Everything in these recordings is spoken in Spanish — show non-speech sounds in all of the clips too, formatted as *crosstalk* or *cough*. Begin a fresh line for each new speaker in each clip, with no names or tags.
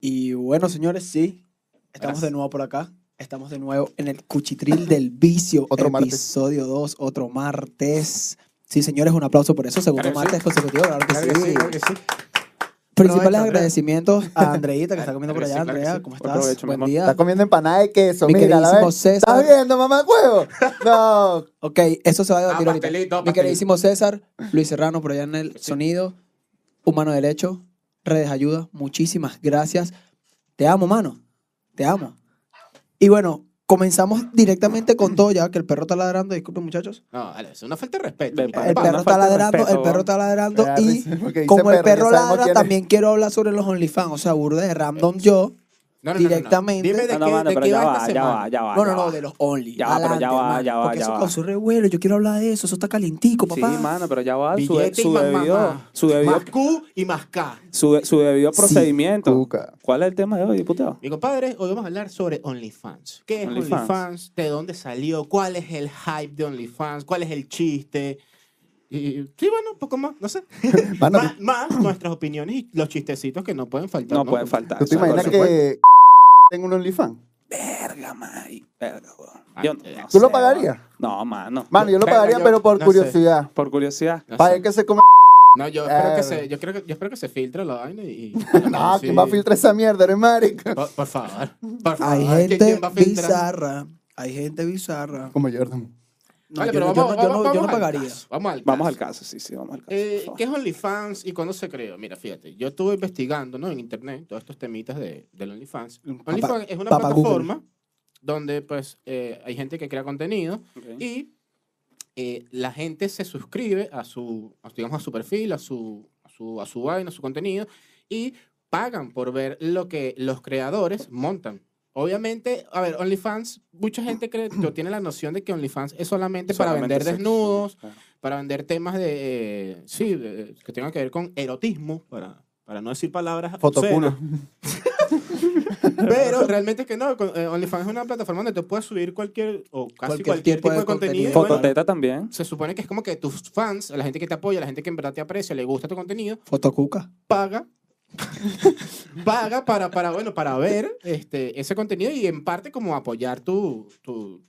Y bueno, señores, sí, estamos de nuevo por acá. Estamos de nuevo en el Cuchitril del Vicio,
Otro martes.
episodio 2, otro martes. Sí, señores, un aplauso por eso, segundo
Claro que sí.
martes consecutivo, claro que
Claro que
sí.
sí, claro que sí.
Principales
Aprovecha, Andrea.
agradecimientos a Andreita, que está comiendo por
Claro que
allá.
sí, claro que
Andrea,
sí.
¿cómo
Buen
estás?
provecho, mi
Buen
amor.
día.
Está comiendo empanada de queso,
Mi
mira, la
queridísimo
ves.
César.
¿Estás viendo, mamá huevo? No.
Ok, eso se va a debatir
Ah,
ahorita.
pastelito,
Mi
pastelito.
queridísimo César, Luis Serrano, por allá en el sonido, Humano Derecho, Redes Ayuda, muchísimas gracias. Te amo, mano. Te amo. Y bueno, comenzamos directamente con todo ya, que el perro está ladrando, disculpen muchachos.
No, dale, es una falta de respeto.
Ven, pa-
El
Epa,
perro
no
está
falta de
ladrando, el
respeto,
perro
¿no?
está ladrando
Me da
y
risa porque dice
como el
perro, ya
perro
sabemos
ladra,
quién es.
también quiero hablar sobre los OnlyFans, o sea, burda de random yo.
No, no, no, no, no.
directamente.
Dime de
No, no,
qué,
mano,
de
Eh, pero
qué
ya
va,
va,
esta
ya
semana.
va, ya va.
No,
ya
no, no,
va.
de los Only.
Ya va, pero ya va,
hermano,
ya va,
Porque
ya
eso
va.
causó revuelo, yo quiero hablar de eso, eso está calentico,
Sí,
papá.
mano, pero ya va. Su, de-
Billete
su
y más
debido,
mamá.
su, debido,
Más Q y más K.
su, de- su debido procedimiento.
cuca.
¿Cuál es el tema de hoy, diputado?
Mi compadre, hoy vamos a hablar sobre OnlyFans. ¿Qué es
OnlyFans.
OnlyFans? ¿De dónde salió? ¿Cuál es el hype de OnlyFans? ¿Cuál es el chiste? Y, sí, bueno, un poco más, no sé.
Mano,
más, más nuestras opiniones y los chistecitos que no pueden faltar.
No pueden faltar.
¿Tú te
Exacto,
imaginas
por
que tengo un OnlyFans?
Verga, man. Verga, weón.
Ah,
Yo-
eh,
no
¿Tú lo
sé,
pagarías?
weón. No, mano.
Mano, yo lo
Venga,
pagaría,
yo-
pero
no
por
sé.
curiosidad.
Por curiosidad.
No, sé.
Para ver que se come.
No, yo, espero que
Eh.
se, yo, creo que, yo espero que se filtre la vaina y... y-
No,
sí.
¿quién va a filtrar esa mierda,
*laughs*
eres marica?
Por, por favor, por favor.
Hay
¿quién-
gente
quién va a filtrar?
bizarra. Hay gente bizarra.
Como Jordan.
No, yo,
Vale, pero
no- yo
vamos-
no, yo no-
vamos-
yo no
vamos al
pagaría.
caso, Vamos al
Vamos
caso.
al caso, sí, sí, vamos al caso.
Eh,
por favor.
¿Qué es OnlyFans y cuándo se creó? Mira, fíjate, yo estuve investigando ¿no? en internet todos estos temitas de, del OnlyFans.
Papá-
OnlyFans es una
papá
plataforma donde pues eh, hay gente que crea contenido
Ok.
y eh, la gente se suscribe a su, a, digamos, a su perfil, a su, a su, a su vaina, a su contenido y pagan por ver lo que los creadores montan. Obviamente, a ver, OnlyFans, mucha gente cree, tiene la noción de que OnlyFans es solamente para
Solamente
vender
sexo.
desnudos,
Claro.
para vender temas de, eh, sí, de- que tengan que ver con erotismo, para, para no decir palabras
Fotoculo.
obscenas. Pero realmente es que no, con- eh, OnlyFans es una plataforma donde tú puedes subir cualquier o casi
Cualquier
cualquier,
tipo
tipo,
de
de contenido.
contenido.
y Eh, bueno,
Fototeta también.
se supone que es como que tus fans, la gente que te apoya, la gente que en verdad te aprecia, le gusta tu contenido,
Fotocuca.
paga *laughs* paga para, para bueno para ver este ese contenido y en parte como apoyar tu tu,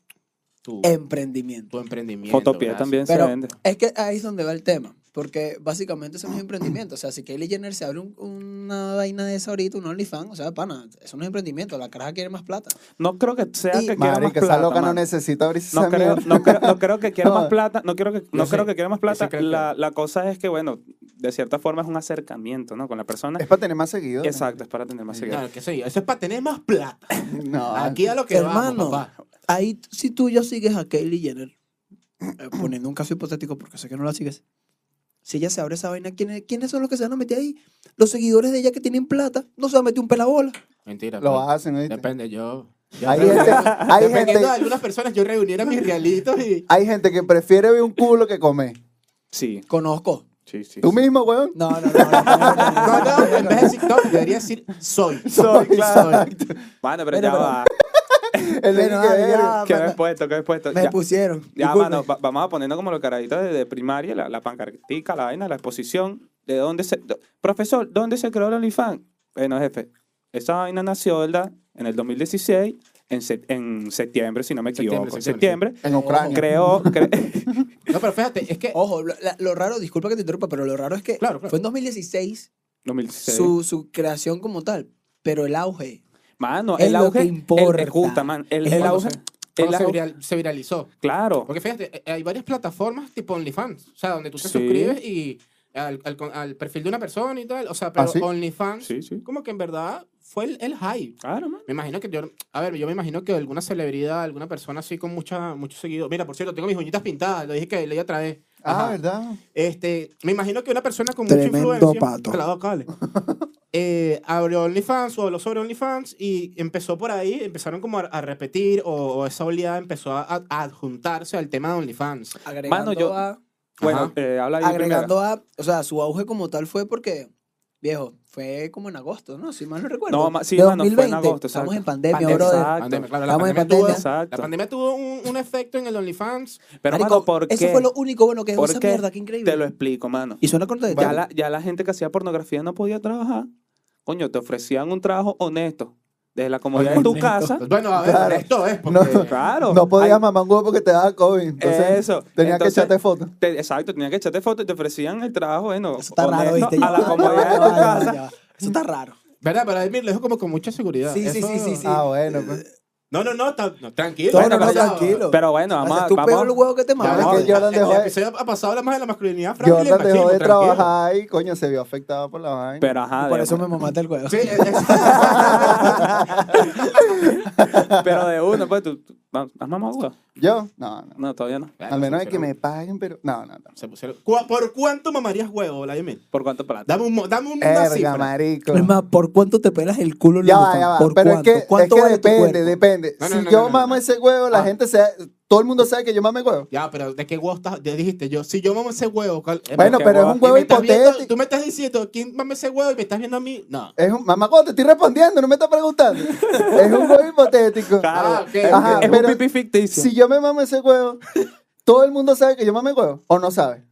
tu,
Em- Emprendimiento.
tu emprendimiento
Fotopié
¿verdad?
también se
Pero
vende.
es que ahí es donde va el tema. Porque básicamente eso no es emprendimiento. O sea, si Kylie Jenner se abre un- una vaina de esa ahorita, un OnlyFans, o sea, pana, eso no es emprendimiento. La caraja quiere más plata.
No creo que sea
Y-
que quiera más
Marica, esa
plata,
loca no
mano.
necesita abrirse
No
esa
creo,
mierda.
no, creo, no creo que quiera más
*laughs* No.
plata. No, quiero que, no
sé,
creo que quiera más
sí
plata.
creo que-
La, la cosa es que, bueno, de cierta forma es un acercamiento, ¿no? Con la persona.
Es para tener más seguidores.
Exacto, es para tener más seguidores.
Claro, que sí, eso es para tener más plata
No,
aquí a lo que
Hermano,
vamos papá
ahí t- si tú ya sigues a Kylie Jenner, eh, poniendo un caso hipotético porque sé que no la sigues, si ella se abre esa vaina, ¿quiénes, quiénes son los que se van a meter ahí? Los seguidores de ella que tienen plata, no se va a meter un pelabola.
mentira
lo
pues.
hacen, ¿oíste?
depende yo, yo
Hay
reuniría-
gente, hay,
dependiendo
gente,
de algunas personas yo reuniera mis realitos y
hay gente que prefiere ver un culo que comer.
Sí,
Conozco.
sí, sí.
¿Tú mismo, weón?
No, no, no. no, no, no, no,
no no en vez de decir top debería decir
*laughs*
soy
Soy,
*laughs*
claro.
Soy.
Bueno, pero
Bueno,
ya
pero-
va.
Bueno,
El de-
dale, ya,
¿Qué
manda.
habéis puesto? ¿Qué habéis puesto?
Me
Ya,
pusieron.
ya
disculpen.
mano, va- vamos a ponernos como los caraditos de, de primaria, la, la pancartica, la vaina, la exposición. ¿De dónde se...? do- profesor, ¿dónde se creó el OnlyFans? Bueno, jefe, esa vaina nació, ¿verdad? En el 2016, en, se- en septiembre, si no me
Septiembre,
equivoco. En
septiembre,
septiembre.
En Ucrania.
Creó... cre-
no pero fíjate es que
Oh,
Ojo, lo, la- lo raro, disculpa que te interrumpa, pero lo raro es que
Claro, claro.
fue en 2016
2016.
su, su creación como tal, pero el auge.
Mano,
Es
el
lo
auge.
que
el-
importa.
escucha, man, El,
Es
el
lo
auge.
que-
el
todo se,
auge-
viral- se viralizó
claro.
Porque fíjate, eh, hay varias plataformas tipo OnlyFans, o sea, donde tú te
Sí.
suscribes y al, al con- al perfil de una persona y tal, o sea, pero
¿Ah, sí?
OnlyFans,
Sí, sí.
como que en verdad fue el, el hype.
Claro, man.
Me imagino que yo, a ver, yo me imagino que alguna celebridad, alguna persona así con mucha, muchos seguidores. Mira, por cierto, tengo mis uñitas pintadas, lo dije que le iba a traer.
Ah,
Ajá.
¿verdad?
Este, me imagino que una persona con
Tremendo
mucha influencia. *laughs*
pato.
Calado, cale. Eh, abrió OnlyFans o habló sobre OnlyFans y empezó por ahí, empezaron como a, a repetir o, o esa oleada empezó a, a- a adjuntarse al tema de OnlyFans.
Agregando
yo-
a-
Bueno,
Ajá.
eh, habla ahí
agregando a, o sea, su auge como tal fue porque, viejo, fue como en agosto, ¿no? Si mal no recuerdo.
No, ma- sí,
De
mano, fue en
2020.
agosto,
Estamos
exacto.
en pandemia,
Pandemia,
brother.
exacto.
Pandemia, claro, la
Estamos en
pandemia
pandemia.
tuvo,
Exacto.
la pandemia tuvo un, un efecto en el OnlyFans.
Pero,
Marico,
mano, ¿por qué?
Eso fue lo único bueno que dejó
¿Por
esa
qué?
mierda, qué
Te lo
increíble.
explico, mano.
Y suena corta de
Ya
tal.
la, ya la gente que hacía pornografía no podía trabajar. coño, te ofrecían un trabajo honesto desde la comodidad de tu
Honesto.
casa.
Bueno, a ver,
Claro.
esto es porque...
No.
Claro.
No podías
Hay-
mamar un huevo porque te daba COVID. Entonces,
Eso.
Tenía
Entonces,
que echarte fotos.
te- exacto, tenía que echarte fotos y te ofrecían el trabajo, bueno,
Eso está raro,
honesto,
¿viste? Ya
a la
va,
comodidad
ya
de
va, ya
tu
va,
casa.
ya va. Eso está raro.
¿Verdad? Pero Ademir lo dijo como con mucha seguridad.
Sí, sí,
Eso-
sí, sí, sí.
Ah, bueno, pues.
No, no, no, ta- no, tranquilo.
No, no,
pero
no,
ya-
tranquilo.
Pero bueno, vamos
Haces
a...
tú
vamos
peor
a-
el huevo que te
Ahora
mamaba.
que yo- Jordan
el-
dejó
el
de-
episodio ha pasado la más de la masculinidad. Franklin, el
Jordan dejó
machismo,
de
tranquilo.
trabajar y, coño, se vio afectado por la vaina.
Pero ajá,
Por
de-
eso me mamaste el huevo.
Sí, es-
pero de uno, pues tú... tú- ¿Has mamado huevo?
Yo, no, no.
No, todavía no.
Al menos es que me paguen, pero. No, no, no.
*laughs* Se pusieron- ¿Cu- ¿Por cuánto mamarías huevo, Vladimir?
¿Por cuánto plata?
Dame, un, mo- dame una
Erga,
cifra.
marico.
Es más, ¿por cuánto te pelas el culo?
Ya va,
Luján?
ya va.
¿Por
Pero
cuánto?
es que,
¿Cuánto
es que
vale tu
depende,
cuerpo?
depende.
No, no,
si
no,
yo
no, no,
mamo
no.
ese huevo, la
Ah.
gente se. Todo el mundo sabe que yo mame huevo.
Ya, pero ¿de qué huevo estás? Ya dijiste yo. Si yo mamo ese huevo. ¿cuál- eh,
Bueno,
qué
pero
huevo.
es un
¿qué
huevo
me estás viendo?
hipotético.
Tú me estás diciendo, ¿quién mama ese huevo y me estás viendo a mí? No.
Es un mamacón, te estoy respondiendo, no me estás preguntando. *laughs* es un huevo hipotético.
Claro.
Ah, ok.
Ajá,
es
pero
un pipí ficticio.
Si yo me mamo ese huevo, todo el mundo sabe que yo mame huevo. ¿O no sabe?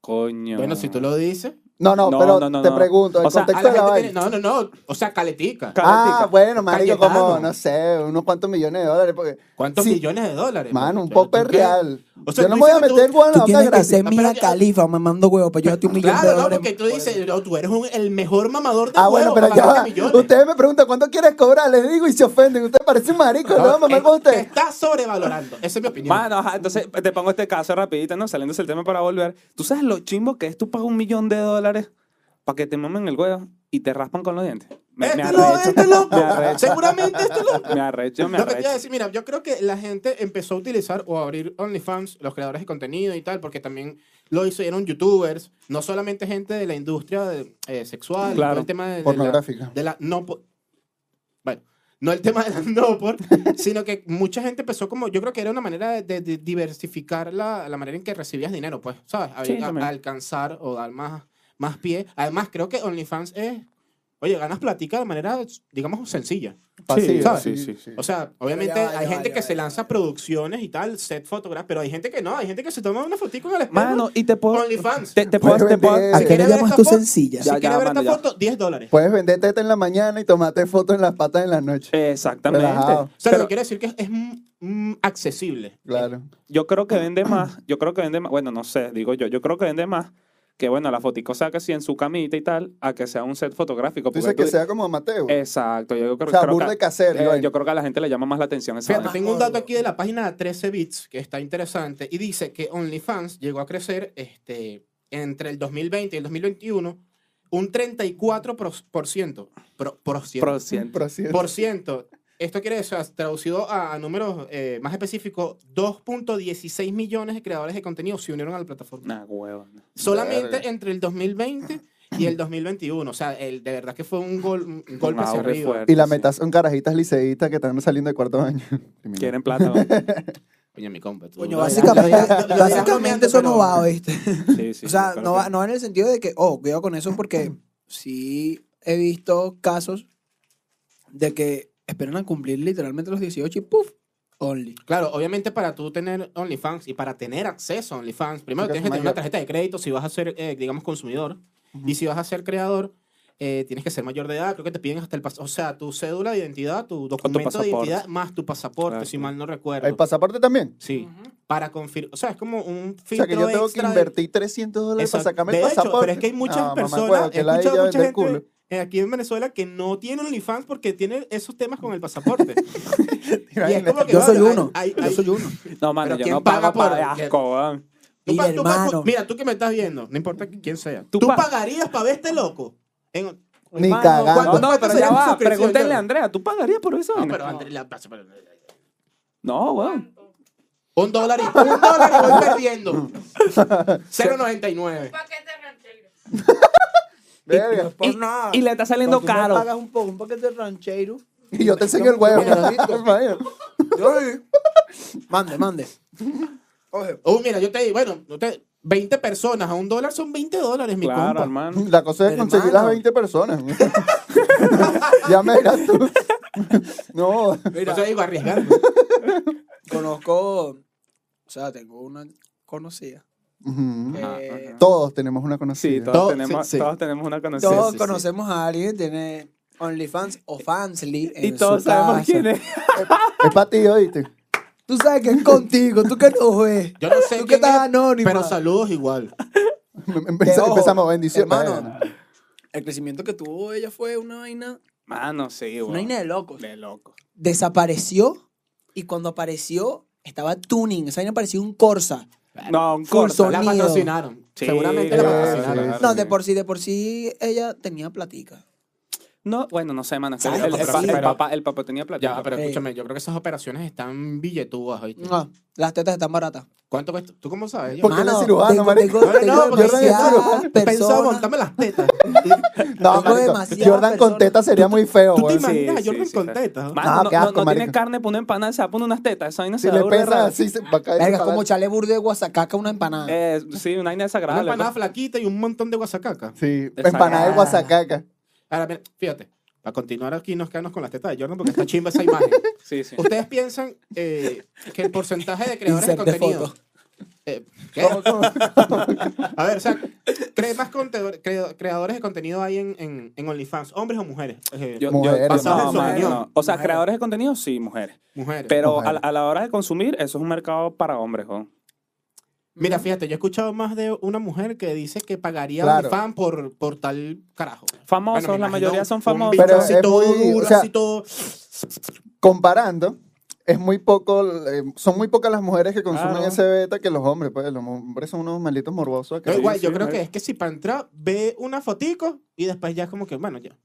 Coño.
Bueno, si tú lo dices.
No, no,
No,
pero
no, no,
te
no.
pregunto, el
O sea, a
Ah,
contexto
la
de la
gente
vaina.
tiene- no, no, no. O sea, caletica.
Ca-
Ah,
Cayetano.
bueno, marico, como,
Cayetano.
no sé, unos cuantos millones de dólares. Porque,
¿Cuántos
sí,
millones de dólares?
Mano, un
Pero Eh, tú
popper
qué-
real.
O sea,
yo no
tú
me voy a
dices que tú-
meter huevo en la
Tú
boca
tienes que
gratis.
ser
Pero
Mia
ya-
Califa mamando huevo para yo darte un millón de
Claro, no,
dólares.
porque tú dices, no, tú eres un- el mejor mamador de
Ah,
huevos.
bueno, pero
para
ya
ganar
va.
millones.
Ustedes me preguntan cuánto quieres cobrar, les digo y se ofenden. Usted parece un marico, no,
No,
vamos a
eh,
mamar con
Te
usted.
estás sobrevalorando. Esa es mi opinión.
Mano, ajá, entonces te pongo este caso rapidito, ¿no? Saliéndose el tema para volver. ¿Tú sabes lo chimbo que es tú pagas un millón de dólares para que te mamen el huevo y te raspan con los dientes? Me,
este
me
lo-
arrecho.
este loco.
*laughs* Me arrecho.
Seguramente este
*laughs*
loco.
Me arrecho, me
Lo que te iba a
arrecho.
decir, mira, yo creo que la gente empezó a utilizar o a abrir OnlyFans, los creadores de contenido y tal, porque también lo hicieron youtubers, no solamente gente de la industria de- eh, sexual, y
Claro.
todo el tema de, de la,
Pornográfica.
de la no por- bueno, no el tema de la *laughs* no por, sino que mucha gente empezó como, yo creo que era una manera de, de- de diversificar la, la manera en que recibías dinero, pues, ¿sabes? A-
Sí,
a-
también.
a alcanzar o dar más, más pie. Además, creo que OnlyFans es, oye, ganas platica de manera, digamos, sencilla.
Pasiva,
¿sabes?
Sí, sí.
O sea, obviamente
ya va, ya
hay
va,
gente
ya
que
va,
se
ya
lanza producciones y tal, set fotografía, pero hay gente que no, hay gente que se toma una fotico en el espejo.
Mano, y te puedo.
OnlyFans.
Te, te puedo.
Puedes
Te puedo-
vender.
¿A
si
qué
quieres
le
ver
llamas
esta
tú
foto-
sencilla?
si
Ya,
quieres
ya,
ver
mano,
esta
ya.
foto, 10 dólares.
Puedes vender teta en la mañana y tomarte fotos en las patas en las noches.
Eh, Exactamente.
Relajado.
o sea, lo
Pero-
que quiere decir que es, es, mm, accesible.
Claro.
Yo creo que
*clears throat*
vende más, yo creo que vende más, bueno, no sé, digo yo, yo creo que vende más que, bueno, la fotico sea que sí en su camita y tal, a que sea un set fotográfico.
Tú
porque
dices que
pues, tú- Eh,
sea como Mateo.
Exacto, yo creo,
O sea,
creo
burda
que,
de casero,
digo,
bueno.
eh, yo creo que a la gente le llama más la atención esa
Fíjate,
vaina.
tengo un dato aquí de la página 13 bits que está interesante y dice que OnlyFans llegó a crecer este, entre el 2020 y el 2021 un 34%. Por ciento, pro- por ciento.
Por ciento.
Por cierto.
Por ciento. Esto quiere decir, traducido a, a números eh, más específicos, 2.16 millones de creadores de contenido se unieron a la plataforma.
Nah, huevón.
Solamente
Verga.
entre el 2020 y el 2021. O sea, el, de verdad que fue un, gol, un golpe
Un
hacia
auge
arriba.
fuerte,
Y la
sí.
metas son carajitas liceístas que están saliendo de cuarto año.
Quieren plata.
*laughs*
¿no?
Coño, mi compa. tú-
Coño,
yo- yo-
básicamente,
yo- yo- yo- yo- yo-
básicamente eso no
pero-
va, ¿viste?
Sí, sí,
O
yo
sea,
creo
no va,
que-
no va en el sentido de que, oh, cuidado con eso, porque sí he visto casos de que esperan a cumplir literalmente los 18 y ¡puf! Only.
Claro, obviamente para tú tener OnlyFans y para tener acceso a OnlyFans, primero
Porque
tienes que tener
es
una
mayor.
tarjeta de crédito si vas a ser, eh, digamos, consumidor. Y si vas a ser creador, eh, tienes que ser mayor de edad. Creo que te piden hasta el pasaporte. O sea, tu cédula de identidad, tu documento de
pasaporte.
identidad, más tu pasaporte,
Claro.
si mal no recuerdo.
¿El pasaporte también?
sí, para confirmar. O sea, es como un
O
filtro
sea, que yo tengo que
extra de-
invertir 300 dólares para
Exacto.
sacarme
de
el
hecho,
pasaporte.
pero es que hay muchas
No, mamá,
personas,
huevo, que
he
la
escuchado
ella
mucha
vende el
gente *laughs* eh, aquí en Venezuela que no tienen OnlyFans porque tienen esos temas con el
*laughs*
pasaporte.
culo.
Y es como que,
Yo soy
vale,
uno.
hay-
Yo
hay-
soy uno.
No, mano,
Pero
yo
¿quién
no pago
paga por-
para asco, weón.
Tú
Mi
pa- tú pa-
hermano.
mira, tú que me estás viendo, no importa quién sea.
Tú
¿Tú,
pa-
pagarías para ver este loco? En-
Ni
Mano,
cagando.
¿cuánto- No, pero ya
sería tu
va,
suscripción,
pregúntenle
yo?
a Andrea, ¿tú pagarías por eso?
No, pero Andrés, la- pero-
No, weón.
Un dólar y un dólar y voy
*laughs*
perdiendo. 0.99.
paquete ranchero.
Verga.
*laughs*
Por nada.
Y le está saliendo
Cuando tú me
caro.
pagas un, po- un paquete ranchero.
Y yo te enseño el huevo.
Mira, listo.
*laughs* Imagínate.
*laughs*
Mande, mande. Oye,
Oh, mira, yo te digo, bueno, no te- 20 personas a un dólar son 20 dólares, mi
Claro,
compa.
hermano.
*laughs*
La cosa es conseguir
Hermano.
las 20 personas. *laughs* ya me dirás tú. *laughs* no.
Por eso digo, arriesgarme.
conozco, o sea, tengo una conocida
Ujú.
Ajá,
Eh,
ajá.
Todos tenemos una conocida.
Sí, todos,
Todo-
tenemos,
sí, sí.
todos tenemos una conocida.
Todos
Sí, sí.
conocemos a alguien que tiene OnlyFans o Fansly en
Y todos
su
sabemos
casa.
quién es.
Es para ti, ¿oíste?
Tú sabes que es contigo, tú que no ves.
Yo no sé
Tú que
quién
estás
es,
anónimo.
pero saludos igual.
Empeza-
ojo,
empezamos, bendición.
hermano. El crecimiento que tuvo ella fue una vaina,
Mano, sí,
una
güey.
vaina de locos.
De loco.
Desapareció y cuando apareció estaba tuning. Esa vaina parecía un Corsa.
No, un
Full
corto.
sonido.
La patrocinaron.
Sí,
Seguramente
sí,
la
sí,
patrocinaron.
sí.
No, de por sí, de por sí ella tenía platica.
No, bueno, no sé, mano. es que
Ay,
El,
pero
el pa-
sí.
el papá, el papá tenía plata.
Ya, pero
Ey. Ah.
escúchame, yo creo que esas operaciones están billetudas, ¿oíste?
Mua, Las tetas están baratas.
¿Cuánto cuesta? ¿Tú cómo sabes?
Porque él es cirujano,
tengo,
marico.
tengo-
No, no,
tengo
no, porque él es
demasiadas
*laughs*
cirujano.
Pensaba
personas.
montarme las
*laughs*
tetas.
No,
Tengo
marico,
demasiadas
Jordan con
personas.
teta sería muy feo,
¿Tú te
güey.
Sí,
imaginas?
sí,
Yo me
sí,
con
sí.
tetas. ¿no?
Mano,
Ah,
no,
qué
no-
asco,
no tiene
marico.
carne para una empanada, se va a poner unas tetas. Esa vaina
Si
se va a
le
volver
pesa
rara.
así, se va a caer.
Verga, es
para
como
adelante.
echarle burde de guasacaca a una empanada.
Eh, sí, una vaina
Una
desagradable.
empanada
pues.
flaquita y un montón de guasacaca.
Sí,
Esa
empanada de
cara.
guasacaca.
Ahora, mira, fíjate, para continuar aquí nos quedamos con las tetas de Jordan porque está chimba esa imagen.
*laughs* Sí, sí.
¿Ustedes piensan eh, que el porcentaje de creadores de
Insert de
contenido...
foto.
Eh, ¿qué? *laughs* A ver, o sea, ¿crees más conte- creo- creadores de contenido hay en, en, en OnlyFans? ¿Hombres o mujeres? Eh,
Yo- yo-
Mujeres,
no,
Basado en su
mano,
opinión.
no. O sea,
Mujeres.
creadores de contenido, sí, mujeres.
mujeres.
Pero a, la-
Mujeres.
a la hora de consumir, eso es un mercado para hombres, jo.
Mira, fíjate, yo he escuchado más de una mujer que dice que pagaría
Claro.
OnlyFans por, por tal carajo.
Famosos,
Bueno, me
la
imagino
mayoría son
un
famosos.
Pero
bicho así
es
todo
muy-
duro,
o sea-
así todo...
Comparando, es muy poco, eh, son muy pocas las mujeres que consumen
Claro.
ese beta que los hombres, pues. Los hombres son unos malditos morbosos. acá.
No,
Sí,
igual, yo
sí,
creo
marico.
que es que si para entrar ve una fotico y después ya es como que, bueno, ya.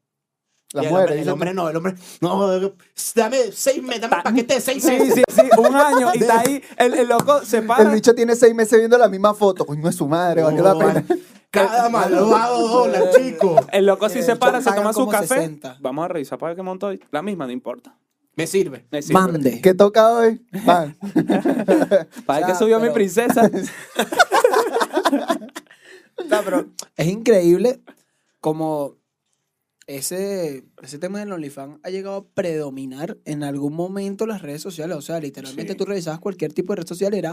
Las
Y el
mujeres.
hombre- El
dicen,
hombre, no, el hombre, no, dame seis meses, dame un paquete de seis
Sí,
meses.
sí, sí, un año. Y está ahí, el, el loco se
El
para.
bicho tiene seis meses viendo la misma foto. Coño, es su madre, valió la
No,
pena.
Oh, vale. Cada malvado dólar, chico.
El loco así
Eh,
se para, se
pagan
toma su
como
café.
60.
Vamos a revisar para ver qué monto hoy. La misma, no importa.
Me sirve.
Me sirve.
Mande.
¿Qué toca hoy? Pan.
Para ver qué
Ya,
subió mi
pero-
princesa.
No, pero es increíble como ese, ese tema del OnlyFans ha llegado a predominar en algún momento las redes sociales. O sea, literalmente
Sí.
tú revisabas cualquier tipo de red social y era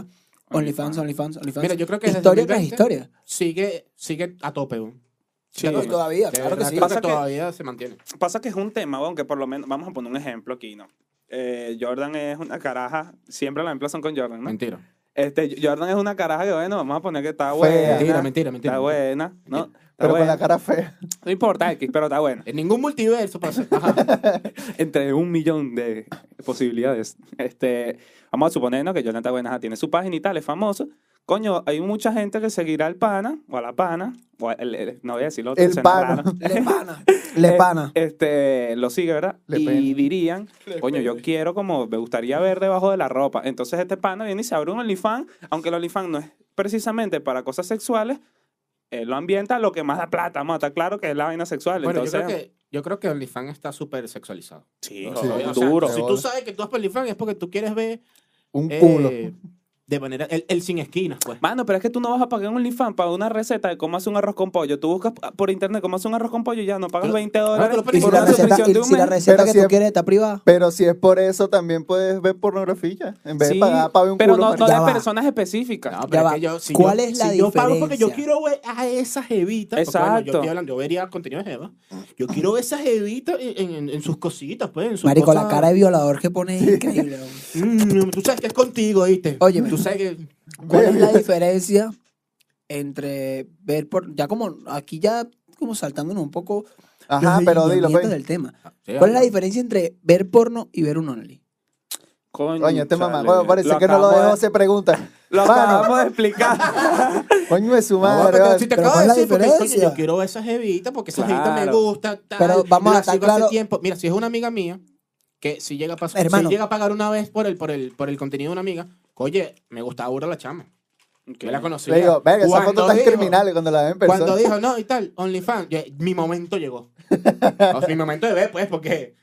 OnlyFans,
OnlyFans.
OnlyFans, OnlyFans.
Mira, yo creo que desde
historia tras
2020,
historia.
Sigue, sigue a tope, weón.
Sí.
Claro, todavía,
De
claro que
verdad,
sí.
creo que
Pasa que-
todavía se mantiene.
Pasa que es un tema, aunque por lo menos, vamos a poner un ejemplo aquí, ¿no? Eh, Jordan es una caraja, siempre la emplazan con Jordan, ¿no?
Mentira.
Este, Jordan es una caraja que, bueno, vamos a poner que está
Fea.
buena.
Mentira, mentira, mentira.
Está buena, ¿no? Está
Pero con
buena.
la cara fea.
No importa, X, pero está buena.
En ningún multiverso
*laughs*
pasa. Ajá.
Entre un millón de posibilidades. Este, vamos a suponer, ¿no? Que Jordan está buena, ajá, tiene su página y tal, es famoso. Coño, hay mucha gente que seguirá al pana, o a la pana, o a- el- el- no voy a decirlo.
El pana.
Le pana.
Le
Eh,
pana.
Este, lo sigue, ¿verdad?
Le
y
pena.
dirían, pues, coño, yo quiero como, me gustaría ver debajo de la ropa. Entonces este pana viene y se abre un OnlyFans, aunque el OnlyFans no es precisamente para cosas sexuales, él lo ambienta a lo que más da plata, mata. Claro que es la vaina sexual.
Bueno, yo
entonces,
creo que, yo creo que OnlyFans está súper sexualizado.
sí,
Sí,
joder,
O sea,
duro.
Si tú sabes que tú vas para OnlyFans es porque tú quieres ver
Un
eh,
culo.
de manera. El, el sin esquinas, pues.
Mano, pero es que tú no vas a pagar un OnlyFans para una receta de cómo hacer un arroz con pollo. Tú buscas por internet cómo hacer un arroz con pollo y ya no pagas
Pero-
20 dólares
pero- pero-
Y
Y
si
por
la
una
receta,
suscripción de
y
un
si la
mes.
receta
Pero
que
si
tú
es-
quieres está privada.
Pero si es por eso, también puedes ver pornografía. En vez
Sí,
de pagar para ver un
pero
culo.
no, no
marico.
Ya
de
va.
personas específicas.
No, pero
Ya
es
va.
que yo- si
¿Cuál
yo-
es la
si yo pago porque yo
diferencia?
quiero ver a esa jevita. porque, bueno, yo,
Exacto.
estoy hablando, yo vería contenido de jeva. Yo quiero ver esa jevita en, en- en sus cositas, pues. En sus
Marico, la
cosas-
cara de violador que pone es increíble. hombre.
*laughs* Mm, tú sabes que es contigo, ¿viste?
Óyeme.
Tú sabes que.
¿Cuál es la
Verga.
diferencia entre ver por. Ya como. Aquí ya como saltándonos un poco.
Ajá,
los
pero dilo,
lineamientos
pues.
del tema.
ah, Sí,
¿Cuál es la
habla.
diferencia entre ver porno y ver un only?
Coño,
Coño, este
chale,
mamá. Bueno, parece que no lo
acabamos
dejo
de-
hacer preguntas.
Lo
Mano,
acabamos de
*laughs*
explicar.
coño de su
No,
madre.
pero
vale.
si te
pero
acabo
¿cuál es
de
la
decir, porque, coño,
diferencia?
yo quiero ver esa jevita porque esa jevita me
Claro.
gusta. tal,
Pero vamos a
la
estar
sigo hace
claro-
tiempo. Mira, si es una amiga mía, que si llega a, pas-
Hermano.
si llega a pagar una vez por el, por, el, por el contenido de una amiga, oye, me gustaba ahora la chama. Yo la conocí.
Le digo, verga, esas
Cuando
fotos tan
dijo-
criminales cuando la ven en persona.
Cuando dijo, no, y tal, OnlyFans, yo- mi
*laughs*
momento llegó. O sea, mi momento de ver, pues, porque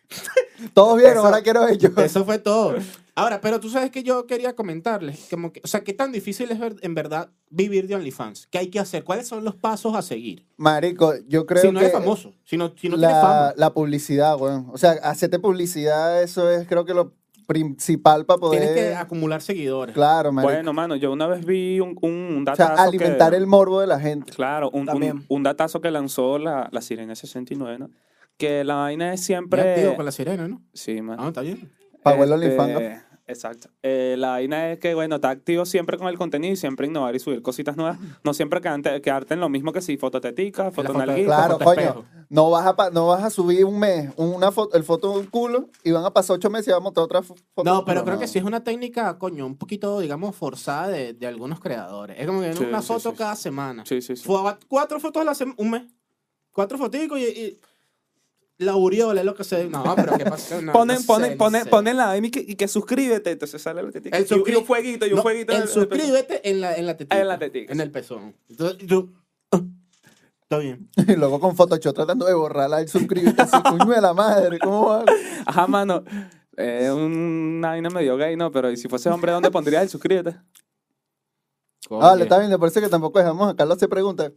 Todos vieron,
Eso-
ahora quiero ver yo.
eso fue todo. Ahora, pero tú sabes que yo quería comentarles, como que, o sea, qué tan difícil es ver- en verdad vivir de OnlyFans. ¿Qué hay que hacer? ¿Cuáles son los pasos a seguir?
Marico, yo creo
si no
que
eres famoso, si no, si no tienes
la,
fama.
la publicidad, weón. O sea, hacerte publicidad, eso es creo que lo principal para poder.
Tienes que acumular seguidores.
Claro, marico.
Bueno, mano, yo una vez vi un, un, un
o sea,
datazo. que-
alimentar el morbo de la gente.
Claro, un,
También.
un, un datazo que lanzó la, la Sirena 69, ¿no? Que la vaina es
Ya
siempre.
activo con la sirena, ¿no?
Sí, man.
Ah, está bien.
Para el
Este,
OnlyFans. ¿no?
Exacto. Eh, la vaina es que, bueno, está activo siempre con el contenido y siempre innovar y subir cositas nuevas. No siempre quedante- quedarte en lo mismo que si fototetica, fotonalguita,
Claro,
fotoespejo.
coño. No vas, a, pa- no vas a subir un mes una foto, el foto de un culo y van a pasar ocho meses y vamos a mostrar otra fo- foto. de
No,
un
pero
culo,
creo
no.
que sí es una técnica, coño, un poquito, digamos, forzada de, de algunos creadores. Es como que
Sí,
una
sí,
foto
sí,
cada semana.
Sí, sí, sí.
Fue cuatro fotos a la semana, un mes. Cuatro foticos y, y la uriola es lo que se... No, pero ¿qué
*laughs*
pasa? No,
ponen,
no
ponen,
sé,
ponen,
no sé.
ponen la M y que, y que suscríbete. Entonces sale la tetica.
El
Y- y,
suscri-
un fueguito, y un
No,
fueguito.
el
en-
suscríbete en la, en la tetica.
En la tetica,
En
sí.
el pezón. Entonces, tú... ah, Está bien.
*laughs* Y luego con Photoshop tratando de borrarla el suscribirte así, *laughs* coño de la madre, ¿cómo va?
Ajá, mano. Es una vaina medio gay, ¿no? Pero ¿y si fuese hombre, ¿dónde pondrías el suscríbete?
Vale, Ah, está bien, me parece que tampoco dejamos a Carlos se pregunta.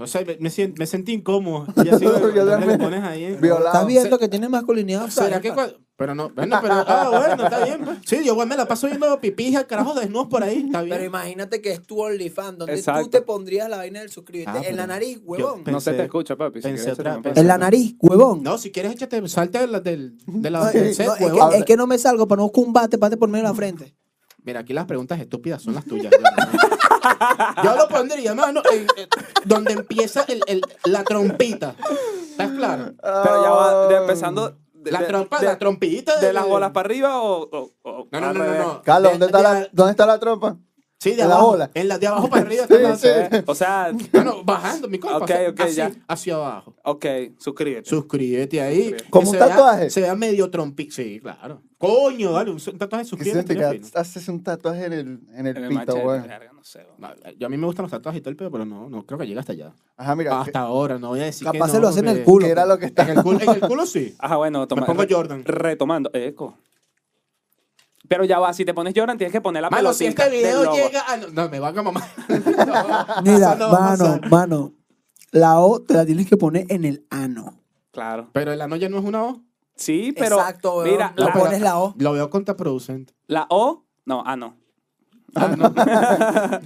O sea, me, me sien- me sentí incómodo. Y así,
Yo
bueno, entonces le
también.
pones ahí. ¿eh?
Violado.
Estás viendo que tiene masculinidad.
¿Será que cua- Pero no, bueno, pero ah, bueno, está bien. pues. Sí, yo bueno, me la paso viendo pipí al carajo desnudos por ahí, está
Pero
bien.
imagínate que es tu OnlyFans, donde tú
Exacto.
te pondrías la vaina del suscribirte.
Ah,
en
pero
la nariz, huevón.
yo-
No se
Pensé-
te escucha, papi. si
pensé
quieres,
otra-
no
pensé-
pasa.
En la nariz, huevón.
No, si quieres échate, salte de la del, de la,
No,
del
eh,
set,
no, es,
huevón.
que, es que no me salgo para no buscar un bate, bate por medio de la
*laughs*
frente.
Mira, aquí las preguntas estúpidas son las tuyas. *laughs* yo- Yo lo pondría, mano, en- en- donde empieza el- el- la trompita. ¿Estás claro?
Pero ya va, de- empezando. de-
La
de-
trompa,
de-
la trompita.
¿De las bolas para arriba o.? o- o
No, no,
al
no, no,
revés?
no.
Carlos,
De-
¿dónde está,
de-
la, ¿dónde está la trompa?
Sí, de
en la
abajo.
bola.
En la de abajo para arriba.
Sí,
está
sí.
Eh, O sea,
Bueno, bajando, mi compa.
Ok,
o sea,
ok,
así,
ya.
hacia abajo.
ok, suscríbete.
Suscríbete ahí.
Suscríbete.
¿Como
Que
un
se vea-
tatuaje?
se vea medio trompi. Sí, claro. Coño, dale, un, su- un tatuaje,
Que siente
suscríbete.
que
coño, fino.
haces un tatuaje en el, en el
En el
pito,
machete,
weón.
verga, no sé, weón.
No, eh, Yo a mí me gustan los tatuajes y todo el pedo, pero no, no creo que llegue hasta allá.
Ajá, mira.
hasta ahora, no voy a decir que
Capaz
no,
se lo hacen en el
porque-
culo.
que era lo
*laughs*
que
En el
está.
culo, en el culo sí.
*laughs* Ajá, bueno, toma-
Me pongo
re-
Jordan.
Retomando, eco. Pero ya va, si te pones Jordan tienes que poner la
Mano, si
pelotica
este
del
video
logo.
llega a... No, no, me van a mamar. *laughs* No,
Mira,
eso no va a
mano,
pasar.
mano. La O te la tienes que poner en el ano.
Claro.
Pero el ano ya no es una O.
Sí, pero mira,
Le
la,
pero-
pones la O.
Lo veo contraproducente.
la O, no, ah, no.
Ah, no.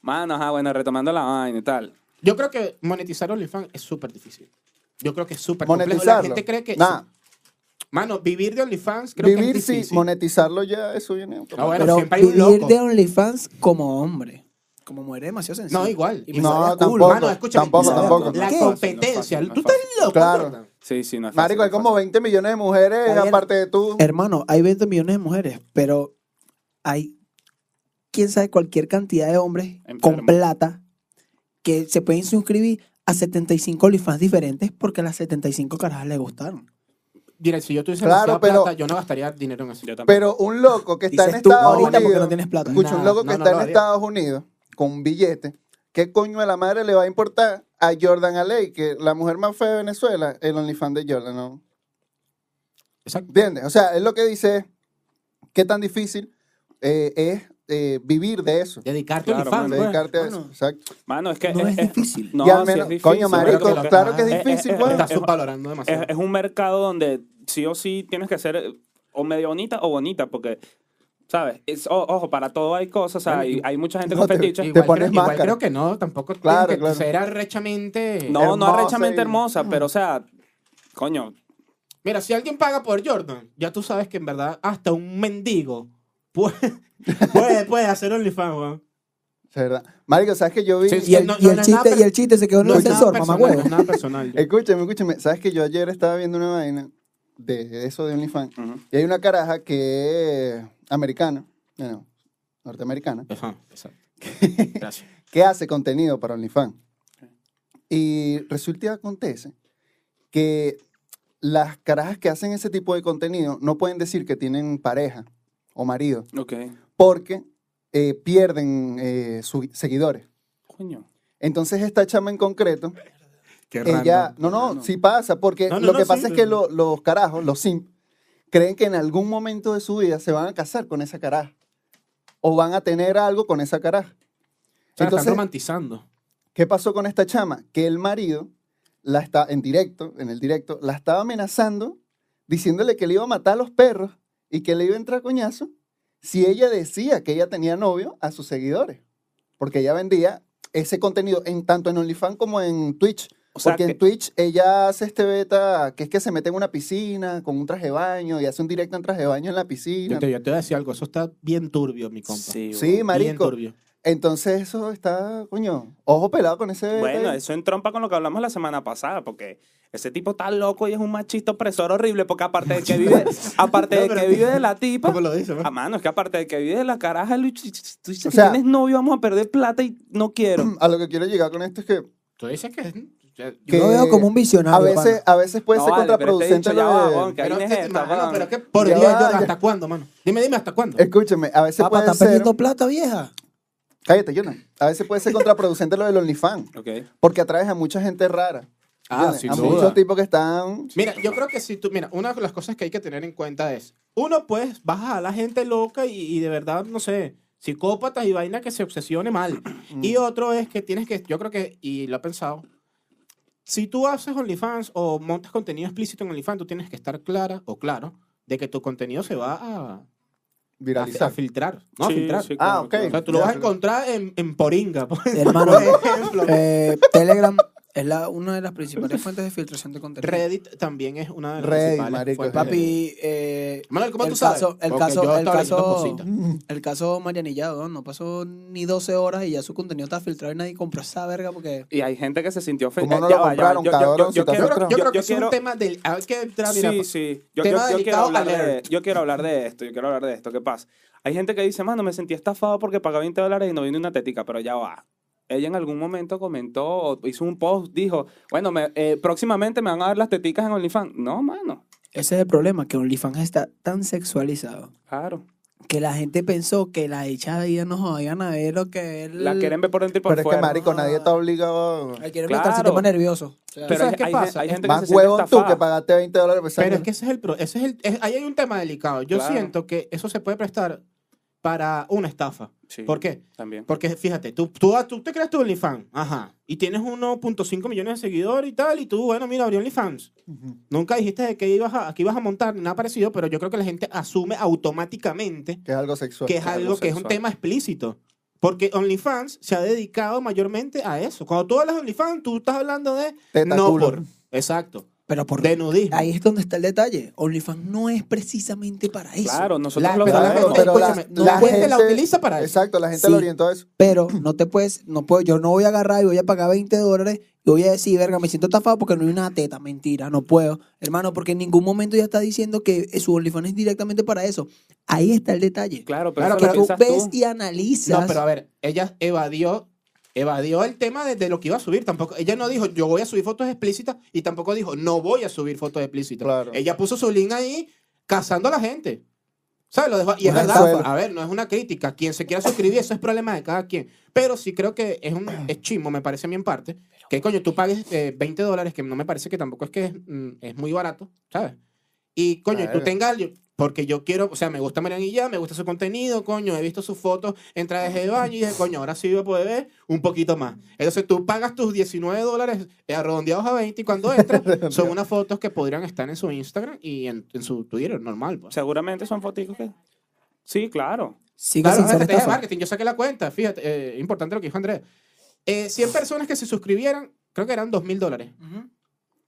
Mano, ajá, bueno, retomando la vaina y tal.
Yo creo que monetizar OnlyFans es súper difícil. Yo creo que es súper complejo. La
Monetizarlo.
gente cree que...
Nah,
Mano, vivir de OnlyFans creo que
vivir
es
sí,
difícil.
monetizarlo ya, eso viene.
Ah, bueno,
Pero
siempre hay un
vivir
loco.
de OnlyFans como hombre. Como mujer es demasiado sencillo.
No, igual.
Y me
No,
salía cool.
tampoco.
Mano, escúchame.
Tampoco,
Exacto.
tampoco.
La
¿Qué?
competencia.
No es fácil, no es fácil, no
Tú
es
estás
fácil.
loco.
Claro.
Jordan.
Sí, sí, no es
Marico,
fácil, no
hay
es
como
fácil.
20 millones de mujeres,
Está bien.
aparte de tú.
Hermano, hay 20 millones de mujeres, pero hay quién sabe cualquier cantidad de hombres con
Enfermo.
plata que se pueden suscribir a 75 OnlyFans diferentes porque las 75 carajas les gustaron.
Mira, si yo tuviese
Claro,
demasiada
pero-
plata, yo no gastaría dinero en eso.
Yo también.
Pero un loco que está en
Dices tú
Estados
ahorita porque
Unidos.
no tienes plata.
Escucha, un
Nah,
loco que
no, no
está
lo
en
haría.
Estados Unidos con un billete. ¿Qué coño de la madre le va a importar a Jordan Aley, que la mujer más fea de Venezuela, el OnlyFans de Jordan? ¿no?
Exacto.
¿Entiendes? O sea, él lo que dice es qué tan difícil eh, es eh, vivir de eso.
Dedicarte
Claro,
a OnlyFans.
mano,
pues.
Dedicarte a
bueno.
eso. Exacto.
Mano, es que
No es difícil.
no,
Y al
sí es
menos-
difícil,
coño,
marico,
marico,
porque-
claro que
Eh,
es
eh,
difícil,
eh,
weón.
eh,
Estás
es-
subvalorando
es,
demasiado.
es un mercado donde sí o sí tienes que ser eh, o medio bonita o bonita, porque, ¿sabes? Es- o- ojo, para todo hay cosas, o sea, hay, hay mucha gente
No
con
te-
fetiches.
te pones
creo, igual
máscara.
creo que no, tampoco
Claro,
tiene que
claro.
ser arrechamente.
No, no
hermosa
arrechamente
y-
hermosa, pero, o sea, coño,
Mira, si alguien paga por Jordan, ya tú sabes que en verdad hasta un mendigo puede, *laughs* puede, puede hacer OnlyFans, weón.
Es verdad. Marico, ¿sabes que yo vi?
Sí,
Y
sí.
el,
No, no,
y el
no es nada
chiste,
per-
y el chiste se quedó en el
No es nada
ascensor, mamá
personal, no es
huevo.
nada personal.
Escúchame, escúchame. ¿Sabes que yo ayer estaba viendo una vaina de eso de OnlyFans?
ujú,
Y hay una caraja que es americana, bueno, norteamericana,
Ajá, exacto. Gracias.
que hace contenido para OnlyFans. Y resulta y acontece que las carajas que hacen ese tipo de contenido no pueden decir que tienen pareja o marido
ok,
porque eh, pierden eh, sus seguidores.
coño.
Ences esta chama en concreto,
Qué
ella, no, no,
random.
sí pasa, porque
No, no,
lo
no,
que
sí,
pasa es que
pero-
lo- los carajos, los simp, creen que en algún momento de su vida se van a casar con esa caraja o van a tener algo con esa caraja.
están
Entonces,
romantizando.
¿Qué pasó con esta chama? Que el marido la está en directo, en el directo, la estaba amenazando, diciéndole que le iba a matar a los perros y que le iba a entrar coñazo si ella decía que ella tenía novio a sus seguidores. Porque ella vendía ese contenido en tanto en OnlyFans como en Twitch.
O sea,
porque
que-
en Twitch ella hace este beta que es que se mete en una piscina con un traje de baño y hace un directo en traje de baño en la piscina.
Yo te, yo te voy a decir algo, eso está bien turbio, mi compa.
Sí,
bueno.
Bien
marico.
turbio.
Entonces eso está, coño, ojo pelado con ese beta.
Bueno,
ahí.
eso entrompa con lo que hablamos la semana pasada, porque ese tipo está loco y es un machista opresor horrible, porque aparte de
*laughs*
que vive, aparte de
No, pero-
que vive de la tipa,
¿Cómo lo dices?
a mano, es que aparte de que vive de la caraja, Luis, si- si- si
pues? O sea-
tienes novio, vamos a perder plata y no quiero.
A lo que quiero llegar con esto es que
Tú dices que...
Yo lo
Que
veo como un
a
visionario. pana.
veces, a veces puede
No,
ser
vale, pero este
contraproducente.
dicho ya
lo
va,
de-
weón, que
Pero,
harina es
eh,
esta,
mano,
weón?
pero qué porquería,
Ya va,
Jordan,
ya-
¿hasta cuándo, mano? Dime, dime, ¿hasta cuándo?
Escúchame, a veces
Papá,
puede
¿estás
ser...
perdiendo plata, vieja?
Cállate, Jonathan. A veces puede ser contraproducente lo del OnlyFans,
Ok.
porque atraes a mucha gente rara.
Ah,
¿entiendes?
sin
a
duda.
muchos tipos que están...
Mira, yo creo que si tú, mira, una de las cosas que hay que tener en cuenta es, uno pues baja a la gente loca y, y de verdad, no sé, psicópatas y vaina que se obsesione mal.
mm,
Y otro es que tienes que, yo creo que, y lo he pensado, si tú haces OnlyFans o montas contenido explícito en OnlyFans, tú tienes que estar clara o claro de que tu contenido se va a, a- a
Viralizar.
filtrar. No, a
Sí,
filtrar.
sí,
Ah,
claro,
ok.
claro.
O sea, tú lo
Ya,
vas a
pero-
encontrar en, en Poringa, pues. por
Hermano,
ejemplo.
eh, Telegram es la, una de las principales fuentes de filtración de contenido.
Reddit también es una de las
Reddit,
principales
marico,
fuentes de-
Papi, eh,
Manuel, ¿cómo
el
tú sabes?
caso- el
Porque
caso-
yo
el
estaba leyendo
caso-
cositas.
Mm.
el caso Marianilla, weón, no pasó ni 12 horas y ya su contenido está filtrado y nadie compró esa verga porque...
Y hay gente que se sintió
¿Cómo
ofendida.
no
Ya
lo
va, ya va.
compraron, cabrón, si te
Yo creo,
Yo-
yo creo que
yo
es un
quiero-
tema del... Hay que entrar, mira, pues,
Sí,
pa-
sí. Yo,
Tema
yo- yo quiero
delicado,
hablar de,
alert.
yo quiero hablar de esto, yo quiero hablar de esto. ¿Qué pasa? Hay gente que dice, mano, me sentí estafado porque pagué 20 dólares y no vino una tetica, pero ya va. Ella en algún momento comentó, o hizo un post, dijo, bueno, me- eh, próximamente me van a dar las teticas en OnlyFans. No, mano.
Ese es el problema, que OnlyFans está tan sexualizado
Claro.
que la gente pensó que las hechas de ella nos iban a ver lo que él...
La quieren ver por dentro y por
Pero es que,
pues, fuera.
marico, nadie está obligado...
La quieren
Claro.
matar sistema nervioso. O sea,
Pero
¿Sabes
hay,
qué
hay-
pasa?
hay gente que se
Más
siente
huevón tú
estafada.
que pagaste 20 dólares. por esa
Pero es
mierda.
que ese es el... pro- Ese es el es- ahí hay un tema delicado. Yo
Claro.
siento que eso se puede prestar para una estafa.
Sí,
¿Por qué?
También.
Porque fíjate, tú, tú, ah, tú te creas tu OnlyFans, ajá, y tienes 1.5 millones de seguidores y tal, y tú, bueno, mira, abrió OnlyFans.
Ujú.
Nunca dijiste de qué ibas a, aquí ibas a montar, ni nada parecido, pero yo creo que la gente asume automáticamente
Que es algo sexual.
que es
algo
algo que es un
sexual.
tema explícito. Porque OnlyFans se ha dedicado mayormente a eso. Cuando tú hablas de OnlyFans, tú estás hablando de
Teta,
no
culo.
por. Exacto.
pero por...
De nudismo.
Ahí es donde está el detalle. OnlyFans no es precisamente para eso.
Claro, nosotros
La-
lo
pero la
sabemos.
gente- escúchame, no puede- la utiliza para eso.
Exacto, la gente
Sí.
lo orientó a eso.
Pero no te puedes, no puedo, yo no voy a agarrar y voy a pagar 20 dólares y voy a decir, verga, me siento estafado porque no hay una teta. Mentira, no puedo. Hermano, porque en ningún momento ya está diciendo que su OnlyFans es directamente para eso. Ahí está el detalle.
Claro, pero
Claro,
eso lo
que tú
piensas
ves
tú.
y analizas.
No, pero a ver, ella evadió, evadió el tema de, de lo que iba a subir. Tampoco, ella no dijo yo voy a subir fotos explícitas y tampoco dijo no voy a subir fotos explícitas.
Claro.
Ella puso su link ahí cazando a la gente. ¿Sabes? Lo dejó- y es
Una
verdad,
estafa.
a ver, no es una crítica. Quien se quiera suscribir, eso es problema de cada quien. Pero sí creo que es un es chismo, me parece a mí en parte. Que coño, tú pagues eh, 20 dólares, que no me parece que tampoco es que es, mm, es muy barato, ¿sabes? Y coño, y tú
Claro.
tengas, yo- porque yo quiero, o sea, me gusta Marian Guillá, me gusta su contenido, coño, he visto sus fotos en trajes de baño y dije, coño, ahora sí voy a poder ver un poquito más. Entonces tú pagas tus 19 dólares eh, redondeados a 20 y cuando entras son unas fotos que podrían estar en su Instagram y en, en su Twitter normal. pues.
Seguramente son fotos que... Sí, claro.
Sigue
Claro,
sin
una
ser
estrategia de
estafa.
marketing. Yo saqué la cuenta, fíjate, eh, importante lo que dijo Andrés. Eh, 100 personas que se suscribieran, creo que eran 2 mil dólares.
Ujú.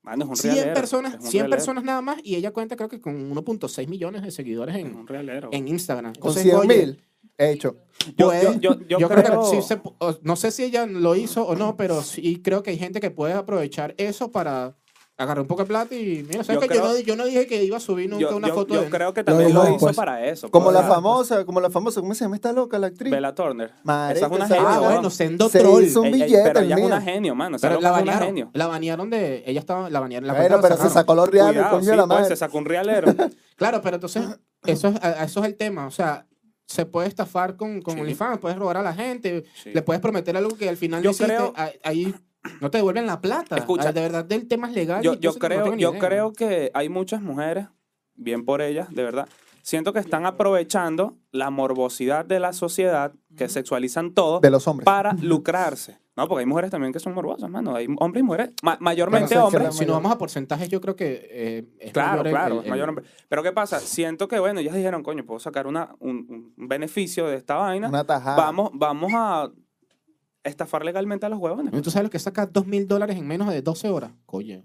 Mano, Ah, es un
100
realero,
personas,
es un
100
realero,
personas nada más y ella cuenta creo que con 1.6 millones de seguidores
es
en,
un realero.
en Instagram.
Con
Entonces,
100
oye,
mil, hecho.
Yo-
puede-
yo- yo- yo
creo,
creo-
que sí se pu- o- no sé si ella lo hizo o no, pero sí creo que hay gente que puede aprovechar eso para agarrar un poco de plata y mira, ¿sabes
Yo
que yo,
creo-
no, yo no dije que iba a subir nunca
yo,
una
yo-
foto
yo
de
creo que también
dijo
lo hizo
después.
para eso.
Como la
para-
famosa, como la famosa, ¿cómo se llama esta loca, la actriz?
Bella Turner.
Marico,
esa es una
esa-
genio.
Ah,
weón.
bueno, sendo
Se
troll.
hizo un-
Ey, ey,
billete,
pero ella es
mira.
una genio, mano. Esa
Pero
loca
la
es una
banearon.
genio.
La banearon de. Ella estaba. La banearon. La
Bueno,
cuenta la
pero se
sacaron.
sacó los reales,
Cuidado,
coño
sí,
de la
pues,
madre.
se sacó un realero.
Claro, pero
*clears throat*
entonces. Eso es, a- eso es el tema. O sea, se puede estafar con, con
Sí.
OnlyFans, puedes robar a la gente,
Sí.
le puedes prometer algo que al final
Yo
no hiciste,
creo-
a- ahí no te devuelven la plata.
Escucha.
Ah, de verdad, del tema es legal.
Yo,
y
yo
entonces no
creo,
tengo ni
yo
idea.
creo que hay muchas mujeres, bien por ellas, de verdad, Siento que están aprovechando la morbosidad de la sociedad, que sexualizan todo,
De los hombres.
para lucrarse. No, porque hay mujeres también que son morbosas, mano. Hay hombres y mujeres. ma- mayormente
Bueno, o sea, que
hombres.
Si
la-
nos vamos a porcentajes, yo creo que eh, es
Claro,
mayor el-
claro,
el-
es
el-
mayor hombre. Pero ¿qué pasa? Siento que, bueno, ellas dijeron, coño, puedo sacar una, un, un beneficio de esta vaina.
Una tajada.
Vamos, vamos a estafar legalmente a los huevones.
¿Tú sabes lo que saca 2 mil dólares en menos de 12 horas? Coño.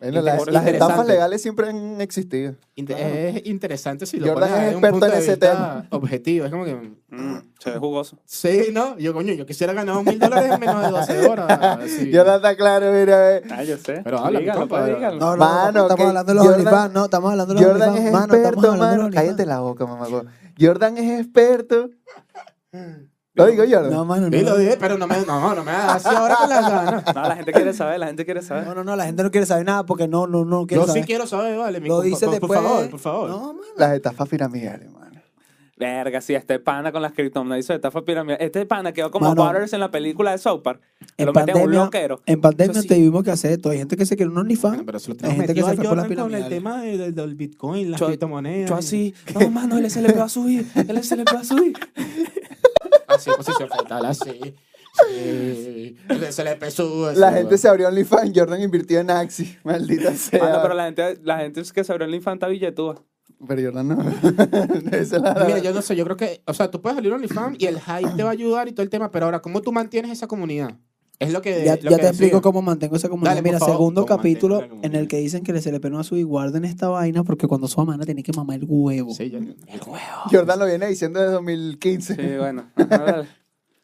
Bueno, las,
Inter-
las estafas
interesante.
legales siempre han existido.
Inte-
Claro.
Es interesante si lo
Jordan
pones a
es
ver en un
experto
punto
en
de
ese
vista
tema.
Objetivo, es como que...
Mm, se ve jugoso.
Sí, ¿no? Yo, coño, yo quisiera ganar 2 mil dólares en menos de 12 horas. sí.
Yo no está claro, mira. eh.
Ah, yo sé.
Pero habla, mi
Dígalo,
compa,
pues,
pero-
dígalo.
No, no,
Mano,
estamos
que
hablando de los
Jordan-
OnlyFans, no, estamos hablando de los
Jordan es
OnlyFans, mano, estamos
experto,
hablando de los
mano.
OnlyFans.
Cállate la boca, mamá. Jordan es experto. Lo digo, Jordan.
No, mano,
Sí, lo
no.
dije, pero no me, no, no me hagas así ahora con las ganas.
No, la gente quiere saber, la gente quiere saber.
No, no, no, la gente no quiere saber nada porque no, no, no quiere
Yo
saber.
sí quiero saber, vale. Mi
Lo
compa-
dice
por,
después.
Por favor, por favor.
No, mano.
Las estafas piramidales, mano.
Verga, sí, este pana con las criptomonedas hizo estafa piramidal. Este pana quedó como
Mano.
Waters en la película de South Park. Que
En
lo meten en un
pandemia,
loquero.
en pandemia
Eso sí.
tuvimos que hacer esto. Hay gente que se quiere un
Bueno,
OnlyFans.
pero se lo
Hay
tengo
gente que se fue por la
con el
piramidal.
tema de- de- del Bitcoin, las
Yo-
criptomonedas.
Yo así, no, mano, el SLP va a subir, el SLP va a subir.
*laughs* Así, posición fetal, así. Sí. Se le pesó.
La gente se abrió OnlyFans. Jordan invirtió en Axi. Maldita sea.
Mano, Ah, pero la gente, la gente es que se abrió en la infanta billetúa.
Pero Jordan no. *laughs* Esa es la-
Mira, yo no sé, yo creo que, o sea, tú puedes salir a OnlyFans y el hype te va a ayudar y todo el tema, pero ahora, ¿cómo tú mantienes esa comunidad? Es lo que.
Ya,
lo
ya
que
te explico
decía.
cómo mantengo esa comunidad.
Dale, por
Mira,
favor,
segundo
cómo mantengo
capítulo
la comunidad.
en el que dicen que el SLP no va a subir. Guarden esta vaina porque cuando su mamá tiene que mamar el huevo.
Sí, yo,
El huevo.
Jordan lo viene diciendo desde 2015.
Sí, bueno. Ajá, dale.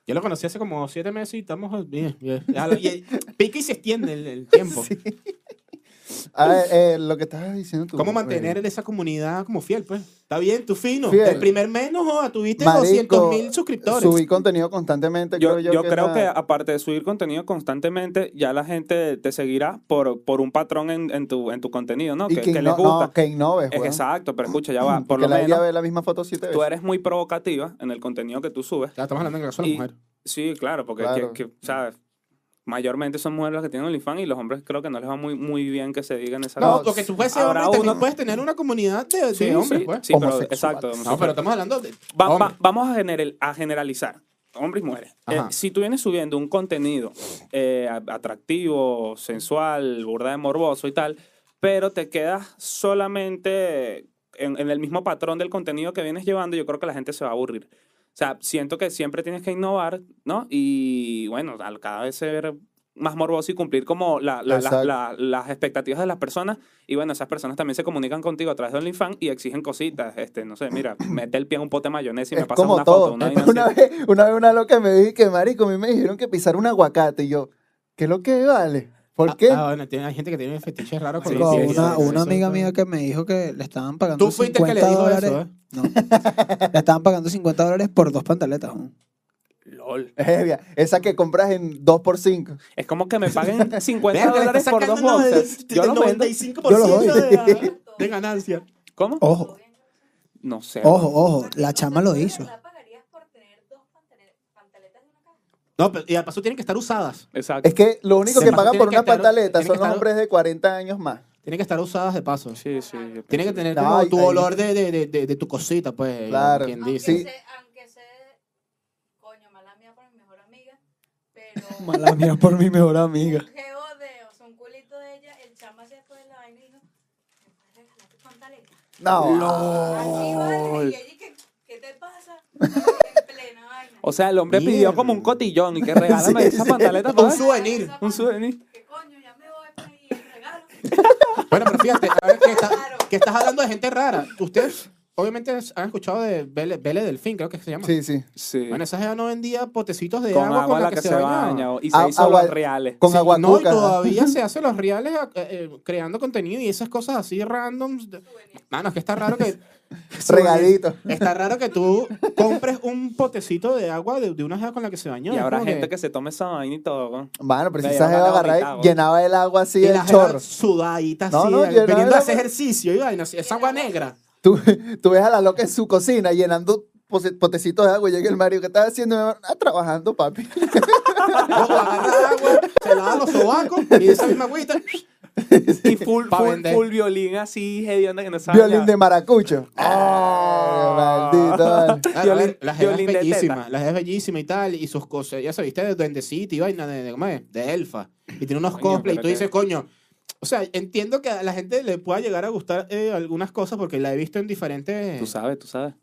yo lo conocí hace como siete meses y estamos. Bien, bien. Ya lo- y- pica y se extiende el, el tiempo.
A ver, eh, lo que estabas diciendo tú. eh,
¿Cómo mantener esa comunidad como fiel, pues? Está bien, tú fino.
Fiel.
El primer mes, no joda, tuviste
Marico,
200 mil suscriptores.
Subí contenido constantemente.
Yo,
creo yo,
yo creo que ah,
era-
aparte de subir contenido constantemente, ya la gente te seguirá por, por un patrón en, en tu, en tu contenido, ¿no?
Y
Que,
que,
que
inno-
les gusta.
no, que innoves,
Es-
weón.
exacto, pero escucha, ya
*clears throat*
va. Por
que
lo
la ella
menos
ve la misma foto siete veces.
tú eres muy provocativa en el contenido que tú subes.
Ya estamos hablando en el caso de
Y-
las mujeres.
Sí, claro, porque
Claro.
que- que, ¿sabes? mayormente son mujeres las que tienen OnlyFans y los hombres creo que no les va muy, muy bien que se digan esa
No,
No,
porque tú puedes ser
habrá
hombre y también
uno-
puedes tener una comunidad de, de
Sí, sí,
hombres,
sí,
pues.
sí, pero-
Homosexual.
exacto.
No, pero estamos hablando de.
Va- va-
hombres.
vamos a, general- a generalizar, hombres y mujeres. Eh,
Ajá.
si tú vienes subiendo un contenido eh, a- atractivo, sensual, burda de morboso y tal, pero te quedas solamente en, en el mismo patrón del contenido que vienes llevando, yo creo que la gente se va a aburrir. O sea, siento que siempre tienes que innovar, ¿no? Y bueno, al cada vez ser más morboso y cumplir como la- la- la-
Exacto.
la- las expectativas de las personas. Y bueno, esas personas también se comunican contigo a través de OnlyFans y exigen cositas. Este, no sé, mira, mete el pie en un pote de mayonesa y me
es
pasa
como
una
todo. *laughs*
foto. Una,
una,
vaina así.
vez, una vez una loca me dijo que, marico, a mí me dijeron que pisar un aguacate. Y yo, ¿qué es lo que vale? ¿Por qué?
Ah, ah, bueno, tiene- hay gente que tiene fetiches raros con
Sí,
Chico,
sí,
los-
sí,
una,
sí,
una
eso,
amiga
eso.
mía que me dijo que le estaban pagando
Tú fuiste el que le
50
dijo
dólares.
eso, ¿eh?
No. le estaban pagando 50 dólares por dos pantaletas. ¿no?
LOL.
Evia, Esa que compras en 2x5.
Es como que me paguen 50
Verga, le
dólares
está
por dos
sacando este
boxers.
el-
Yo
el
los vendo.
95%
Yo los doy.
de,
*laughs*
la- de ganancia.
¿Cómo?
Ojo,
No sé.
ojo, ojo. La chama lo hizo.
¿La pagarías por tener dos pantale- pantaletas de una caja?
No, pero, y al paso tienen que estar usadas.
Exacto.
Es que lo único
Se
que
me-
pagan
tiene
por
que
una
estar-
pantaleta
tiene que
son los
estar-
hombres de 40 años más.
Tienen que estar usadas de paso.
Sí, sí. yo
Tienen que
pienso-
tener
No,
como
ahí-
tu
ahí-
olor de, de, de, de, de tu cosita, pues.
Claro.
quien
Aunque
dice.
Sí.
Sé, aunque sé, coño, mala mía por mi mejor amiga, pero
*laughs* Mala mía por mi mejor amiga.
un geo de, o sea, un culito de ella, el chama se fue de la vaina y dijo, ¿me puedes regalar tus pantaletas?
No.
Así vale, y ella, ¿qué, qué te pasa? en plena vaina.
O sea, el hombre pidió
Mierda.
como un cotillón y que regálame esa pantaleta
Un
para
su- souvenir,
Esa
un
pan-
souvenir.
¿Qué coño? Ya me voy pues, y el regalo.
Bueno, pero fíjate, ahora que, está-
Claro.
que estás hablando de gente rara. Ustedes, obviamente, han escuchado de Bele, Bele Delfín, creo que se llama.
Sí, sí.
Sí.
Bueno, esa jeva no vendía potecitos de
Con
agua,
agua la que se baña. o- Y se
Ah,
hizo
agua-
los reales.
Con
Sí,
agua
No, y
aguacuca. *laughs*
todavía se hacen los reales eh, eh, creando contenido y esas cosas así random. Mano, es que está raro
*laughs*
que.
Regalito.
Está raro que tú compres un potecito de agua de, de una jeva con la que se bañó.
Y
es
habrá
como
gente que se tome esa vaina y todo. ¿no?
Mano, pero si
Ve,
esa
ahora
jeva
la
agarraba y
vomitaba.
llenaba el agua así
Y
el
la jeva
chorro.
sudadita
No,
así,
no,
viniendo
llenaba
a
la-
hacer ejercicio y vaina, así, esa agua negra.
Tú, tú ves a la loca en su cocina llenando pose- potecitos de agua y llega el Mario. ¿Qué estás haciendo? Ah, trabajando, papi.
O agarra agua, se lava los sobacos y esa misma agüita. ah,
Y full,
Pa'
full,
vender.
full violín así, hedionda que no sabe.
*laughs* Violín
nada.
de maracucho.
Ah.
Ay, maldito, vale.
Ah,
Violín-
la- la jeva es
violín de
bellísima,
teta.
la jeva es bellísima y tal, y sus cosas, ya sabiste, de duendecito y vaina de, de, ¿cómo es? de elfa, y tiene unos
Coño,
cosplays, y tú
espérate.
dices, coño, o sea, entiendo que a la gente le pueda llegar a gustar eh, algunas cosas porque la he visto en
Tú
diferentes...
sabes, tú sabes.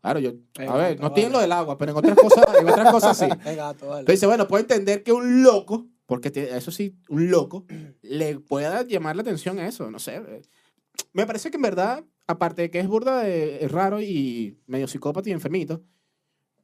Claro, yo,
Eh,
a ver,
gato,
no tiene
vale.
lo del agua, pero en otras cosas, en otras cosas sí.
Es gato, vale.
Entonces, bueno, puedo entender que un loco, porque te- eso sí, un loco, le pueda llamar la atención a eso, no sé. eh. Me parece que en verdad, aparte de que es burda, de- es raro y medio psicópata y enfermito,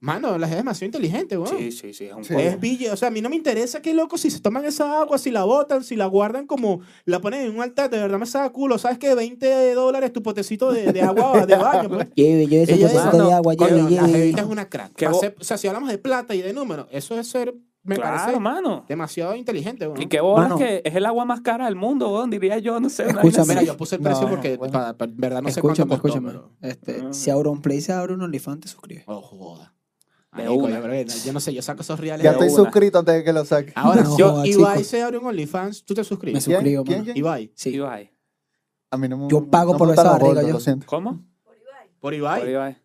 mano, la gente es demasiado inteligente, weón.
Sí, sí, sí, es un
Sí.
pollo.
Es bille, o sea, a mí no me interesa qué loco si se toman esa agua, si la botan, si la guardan como la ponen en un altar, de verdad me saca culo, ¿sabes qué? 20 dólares tu potecito de, de agua de baño, pues.
Lleve, lleve ese
Ella
potecito
dice,
de agua,
Coño,
lleve,
la
lleve.
jevita es una crack.
Qué
Pa'
bo-
ser- o sea, si hablamos de plata y de números, eso es ser, me
claro,
parece,
mano.
demasiado inteligente. weón.
Y qué bolas
Mano.
que es el agua más cara del mundo, weón, diría yo, no sé. una
Escúchame.
vaina
Mira,
así.
yo puse el precio
No,
porque,
bueno.
para, para- en verdad, no sé cuánto
escúchame,
costó,
escúchame.
pero-
Este,
Ah.
si Auronplay se abre un OnlyFans, te suscribes.
Oh, joda.
De
Marico,
una.
yo, creo que- yo no sé, yo saco esos reales.
Ya
Ya
de
estoy
una.
una.
suscrito antes de que lo saque.
Ahora,
No,
si yo,
joda,
Ibai
chico.
se abre un OnlyFans, tú te
Me
suscribes.
suscribo,
¿Quién?
mano.
¿Quién?
Ibai.
Sí.
Ibai.
A mí no me-
Yo pago
no
por
me
esa
gustan los
barriga,
gordos,
yo.
Lo siento.
¿Cómo?
Por Ibai.
¿Por
Por
Ibai?
Ibai.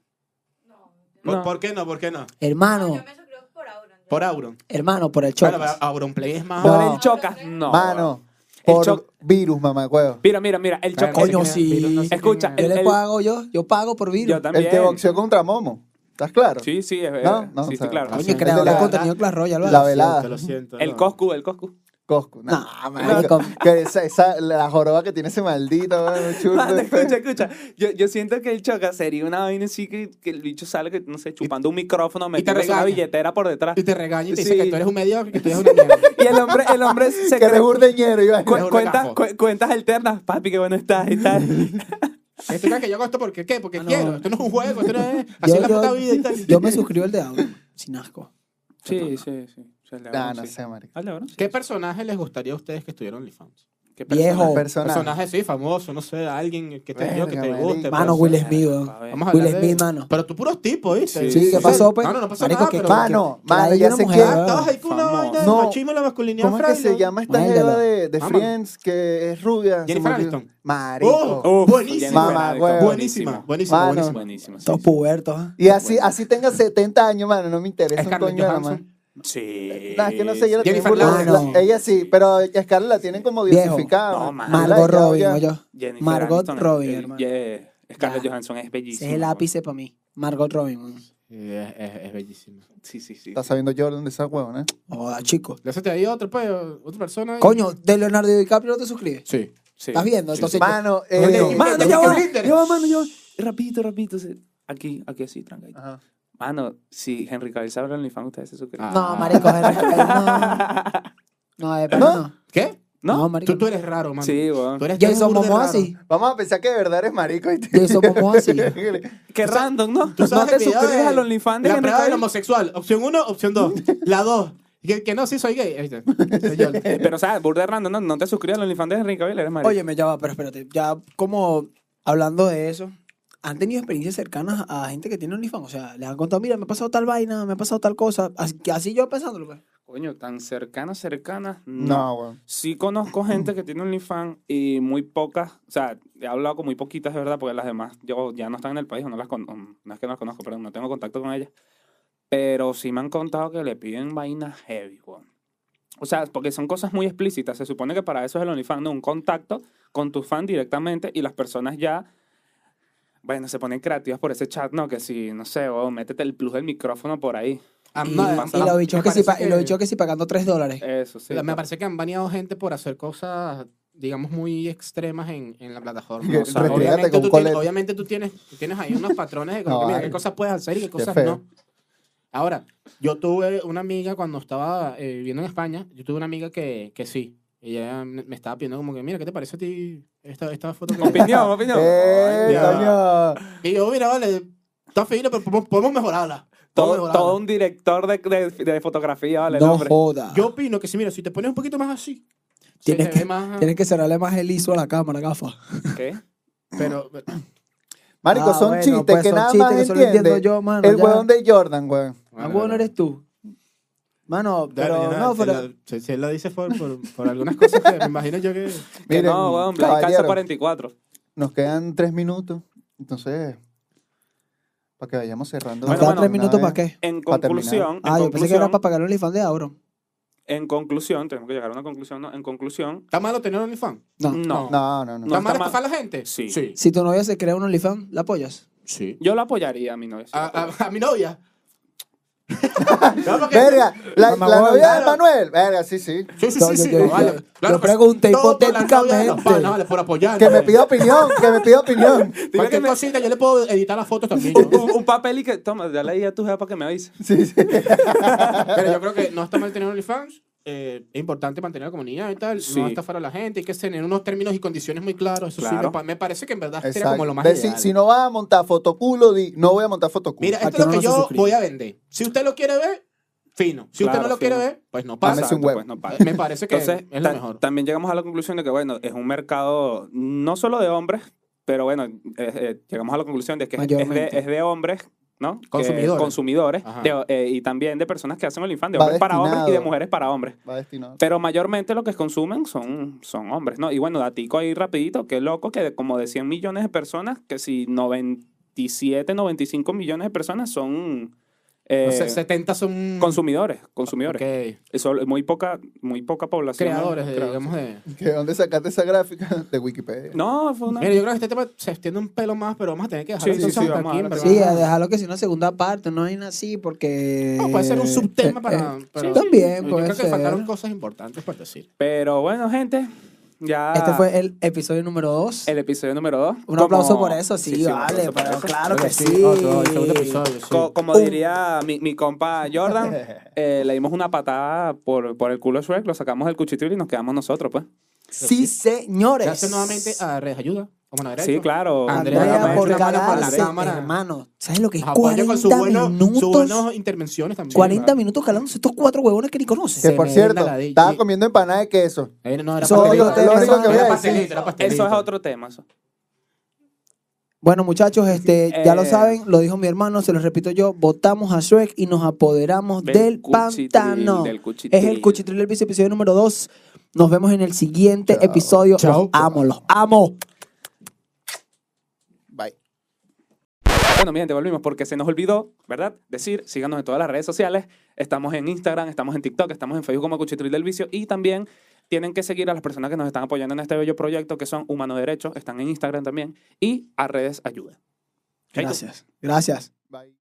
No.
¿Por,
No.
por qué no? ¿Por qué no?
No,
Hermano,
yo me suscribo por Auron. yo.
Por Auron.
hermano, por el
Claro,
chocas.
pero Auron Play es más.
No.
Por el chocas, no.
Mano,
El
por
choc-
virus, mamá, huevo.
Mira, mira, mira, el
Bueno,
chocas.
Coño,
no sé quién es,
sí.
Virus, no sé quién
Escucha,
es.
Yo le
el-
pago yo, yo pago por virus.
Yo también.
El que boxeó contra Momo. ¿Estás claro?
Sí, sí, es
No,
verdad.
no,
sí,
o
sí,
sea,
claro.
Coño,
Sí,
creador
la-
de contenido Clash Royale,
la
¿verdad?
vela- velada.
Te lo siento.
El
no.
Coscu, el Coscu.
Coscu.
No,
No.
marico.
*laughs* Que esa, esa- la joroba que tiene ese maldito, bueno, chulo,
Mano,
de fe.
escucha, escucha. Yo, yo siento que el choca sería una vaina así que, que el bicho sale, que, no sé, chupando un micrófono, metiendo una
regaña.
billetera por detrás.
Y te regaña y te
Sí.
dice que tú eres un mediocre, que tú eres
*laughs*
una mierda.
Y el hombre, el hombre se
*laughs* Que eres
cree-
burdeñero, Iván.
cu-
eres un
cuenta-
regajo.
cu- cuentas alternas, papi, qué bueno estás y tal.
¿Tú crees que yo hago esto porque qué? Porque
Ah, no.
quiero. Esto no es un juego, esto no es. Así
Yo,
es la puta vida y
yo,
tal.
*laughs* yo me suscribo al de Auron, sin asco.
*laughs* Sí, sí, sí. O sea, el
No,
Lebrón,
Ah, no
sí.
sé, marico.
Al Lebrón, sí.
¿Qué personaje les gustaría a ustedes que estuvieran en OnlyFans?
¿Qué
Viejo.
personaje?
Personaje.
Personaje, sí, famoso, no sé, alguien que te,
Verga,
yo, que te
marico.
guste. pues.
Mano, Will Smith, weón.
A ver.
Vamos a
Will
hablar de-
Smith, mano.
Pero tú puros tipos, ¿viste?
Sí,
Sí, ¿qué
sí.
pasó, pues?
No, no, no pasó
Marico,
nada,
que-
pero...
que-
Mano,
que la
mano,
haya
ya
una
sé
mujer,
que-
weón.
Ah, estabas ahí con una
Famoso.
vaina del
No.
machismo y la masculinidad
¿Cómo es que se
frágil.
llama esta
Mándalo.
jeva de, de
Mámalo.
Friends que es rubia? Se
Jennifer
me olvidó.
Aniston.
Marico.
Oh,
Uf,
buenísima.
Jennifer
Mamá,
Aniston,
huevo.
Buenísima, buenísima,
Mano.
buenísima.
Buenísima. sí,
Estos
sí.
pubertos, ¿ah?
Y así, así tenga 70 años, mano, no me interesa un
Scarlett
coño nada más.
Johansson.
Sí.
Nah, es que no sé, yo la
Jennifer
tengo burla-
Lawrence.
la- Ella sí, pero a Scarlett la tienen como
Viejo.
diosificada.
No,
man.
mano.
Margot
Ya- ya-
Robin,
ya-
oye.
Jennifer
Margot
Aniston,
Robin,
el-
hermano.
yeah. Scarlett
Ya.
Johansson es
Ese
bellísima.
es el ápice para mí. Margot Robin, weón.
Sí, es, es, es bellísima.
Sí, sí, sí.
Está sabiendo yo dónde esa huevona.
Joda, chico.
¿Le haces ahí otro, pues? ¿Otra persona? ahí?
Coño, de Leonardo DiCaprio no te suscribes.
Sí.
Sí.
¿Estás viendo? Entonces,
Mano,
yo-
eh,
Coño,
Mano,
yo-
ya va,
Tinder.
ya va, mano, ya va. Rapidito, rapidito. se- Aquí, aquí así, tranquilo.
Ajá.
Mano, si Henry Cavill se abre el OnlyFans, ustedes se suscriben.
Ah.
No, marico, no. *laughs* No, de verdad, no.
¿Qué?
No,
¿No?
marico.
Tú, tú eres raro, mano.
Sí, weón.
Tú eres
Jason
tú eres
Momoa
raro.
sí.
Vamos a pensar que de verdad eres marico. Y
Yo
*laughs*
soy como así.
Qué random, ¿no?
¿Tú
no
sabes
te
el video
suscribes
de-
al OnlyFans de
La
Henry
prueba del
Cavill.
homosexual. Opción 1, opción 2. La 2. Que, que no, sí soy gay. Ahí está. Soy yo.
Pero, ¿sabes? Burda de random, no, no te suscribes al OnlyFans de Henry Cavill, eres marico.
Oye, me va, pero espérate. Ya, como hablando de eso, ¿han tenido experiencias cercanas a gente que tiene OnlyFans? O sea, les han contado, mira, me ha pasado tal vaina, me ha pasado tal cosa. Así, que así yo pensándolo, pues.
Coño, tan cercanas, cercanas,
No, weón.
Sí conozco gente que tiene OnlyFans y muy pocas, o sea, he hablado con muy poquitas, de verdad, porque las demás yo ya no están en el país, o no las con- um, no es que no las conozco, pero no tengo contacto con ellas. Pero sí me han contado que le piden vainas heavy, weón. O sea, porque son cosas muy explícitas. Se supone que para eso es el OnlyFans, ¿no? Un contacto con tu fan directamente y las personas ya, bueno, se ponen creativas por ese chat, ¿no? Que si, no sé, weón, métete el plus del micrófono por ahí.
Ah,
Y,
no,
y
pasa-
los
me
bichos que, sí pa-
parece Eh,
y los bichos que sí pagando 3 dólares.
Eso sí.
Me parece que han baneado gente por hacer cosas, digamos, muy extremas en, en la plataforma.
Que
O sea,
restrégate
obviamente,
con
tú
cuál
tienes,
es.
obviamente tú tienes, tú tienes ahí unos patrones de como
No,
que, mira,
vale.
qué cosas puedes hacer y qué cosas
feo.
no. Ahora, yo tuve una amiga cuando estaba eh, viviendo en España, yo tuve una amiga que, que sí. Ella me me estaba pidiendo como que, mira, ¿qué te parece a ti esta, esta foto?
*laughs*
que-
Opinión, opinión.
*laughs* ¡Eh,
Ay, ya.
coño!
Y yo, mira, vale, está fino, pero podemos, podemos mejorarla. podemos
Todo,
mejorarla".
todo un director de, de- de fotografía, ¿vale? el
no
hombre.
joda.
Yo opino que si, mira, si te pones un poquito más así, se
Tienes
te
que-
ve más...
Tienes que cerrarle más el ISO a la cámara, gafa.
¿Qué?
Pero,
Marico,
Ah,
son
bueno,
chistes
pues
que
son
nada
chistes
más
que solo entiendo
entiende
yo, mano.
el
ya.
huevón de Jordan, weón.
Ah, bueno, eres tú. Mano,
Dale,
pero
nada,
no,
se
pero-
la- se- se la dice por, por, por algunas cosas que me imagino yo que...
Que
Miren,
no, weón, Black Calza
caballero.
44.
Nos quedan tres minutos, entonces, para que vayamos cerrando.
¿Nos
Bueno,
quedan
bueno,
tres
una
minutos para
vez.
qué?
En
Pa' terminar.
conclusión, en
Ah, yo pensé que era
conclusión,
para pagar el OnlyFans de Auron.
en conclusión, tenemos que llegar a una conclusión, ¿no? En conclusión,
¿Está malo tener OnlyFans?
No.
no.
No, no, no.
No,
¿Está malo
está
estafar a la gente?
Sí.
Sí.
Si tu novia se crea un OnlyFans, ¿la apoyas?
Sí.
Yo lo apoyaría a mi novia. sí lo
A,
apoyaría.
a- a
*laughs*
mi novia. No, porque-
Verga, la,
Mamá
la
huevo,
novia de
claro.
Manuel. Verga, sí, sí.
Sí, sí,
No,
sí,
yo-
sí,
yo-
no,
yo-
vale.
yo
Claro que
pregunté
sí. Todo por la novia de los
hipotéticamente.
panas, vale, por apoyar.
Que me pida opinión, que me pida opinión.
Cualquier cosita, yo le puedo editar las fotos también.
*laughs*
yo.
Un, un papel y que, toma, dale ahí a tu jefa para que me avise.
Sí, sí.
Pero yo creo que no está mal tener OnlyFans. eh, es importante mantener la comunidad y tal.
Sí.
No estafar a la gente. Hay que tener unos términos y condiciones muy claros. Eso sí,
Claro.
me, pa- me parece que en verdad sería
Exacto.
como lo más
Ve, si-
ideal.
Si, no vas a montar fotoculo, di, no voy a montar fotoculo.
Mira, eh.
¿a
esto
que
es lo
uno
que
no se
yo
suscribe?
voy a vender. Si usted lo quiere ver, fino. Si usted
Claro,
no lo
fino.
quiere ver, pues no
Dame
pasa.
su- un huevo.
Pues, no paga.
Me parece que
Entonces, eh,
es lo
ta-
mejor.
también llegamos a la conclusión de que, bueno, es un mercado no solo de hombres, pero bueno, eh, eh, llegamos a la conclusión de que es- es de,
Mayormente.
es de hombres, ¿no? Que-
Consumidores.
consumidores.
Ajá.
de- eh, y también de personas que hacen el infante, de
Va
hombres para hombres y de
destinado.
mujeres para hombres.
Va destinado.
Pero mayormente lo que consumen son, son hombres, ¿no? Y bueno, datico ahí rapidito, qué loco que de- como de 100 millones de personas, que si 97, 95 millones de personas son eh,
No sé, 70 son
consumidores, consumidores.
Ok.
Eso, muy poca, muy poca población.
creadores, de,
Creo-
digamos, de...
¿Que ¿Dónde sacaste esa gráfica? De Wikipedia.
No, fue una...
Mira, yo creo que este tema se extiende un pelo más, pero vamos a tener que dejarlo
Sí, sí,
entonces
sí,
hasta
vamos a
aquí,
dejarlo
¿verdad?
Sí, a dejarlo que si una segunda parte, no hay nada así, porque... Eh,
No, puede ser un subtema para... para-
Sí, también
Yo
puede
creo que
ser.
faltaron cosas importantes por decir.
Pero bueno, gente, ya.
Este fue el episodio número 2.
el episodio número 2.
Un aplauso por eso, sí, vale,
por
pero
eso.
claro que sí.
Otro, el segundo episodio, sí.
Co- como diría mi, mi compa Jordan, eh, le dimos una patada por, por el culo a Shrek, lo sacamos del cuchitril y nos quedamos nosotros, pues.
Sí, señores.
Gracias nuevamente a Redes Ayuda. Como no
Sí, claro.
Andrea,
Andrea
Andrea
por
Maestra, mano por la
Calance,
cámara.
hermano. ¿Sabes lo que es
Nos apoya
40
con sus buenos- sus
minutos?
buenas intervenciones también.
40 minutos calándose estos cuatro huevones que ni
que
conoces.
Sí.
por
me
cierto,
da la ladilla.
estaba comiendo empanada de queso.
Eh, no, era
Eso
pastelito,
es lo que-
era
lo único que voy a
pastelito,
decir.
era pastelito.
Eso es otro tema. eso.
Bueno, muchachos, este, ya lo
Eh.
saben, lo dijo mi hermano, se lo repito yo, votamos a Shrek y nos apoderamos
Del
del,
cuchitril,
pantano.
del cuchitril.
es el cuchitril del episodio, episodio número 2. Nos vemos en el siguiente
Chao.
episodio.
Chao.
Los amo, los amo.
Bye.
Bueno, miren, te volvimos porque se nos olvidó, ¿verdad? Decir, síganos en todas las redes sociales. Estamos en Instagram, estamos en TikTok, estamos en Facebook como Cuchitril del Vicio y también tienen que seguir a las personas que nos están apoyando en este bello proyecto que son Humano Derecho, están en Instagram también y a Redes Ayuda. Chaito.
Gracias. Gracias.
Bye.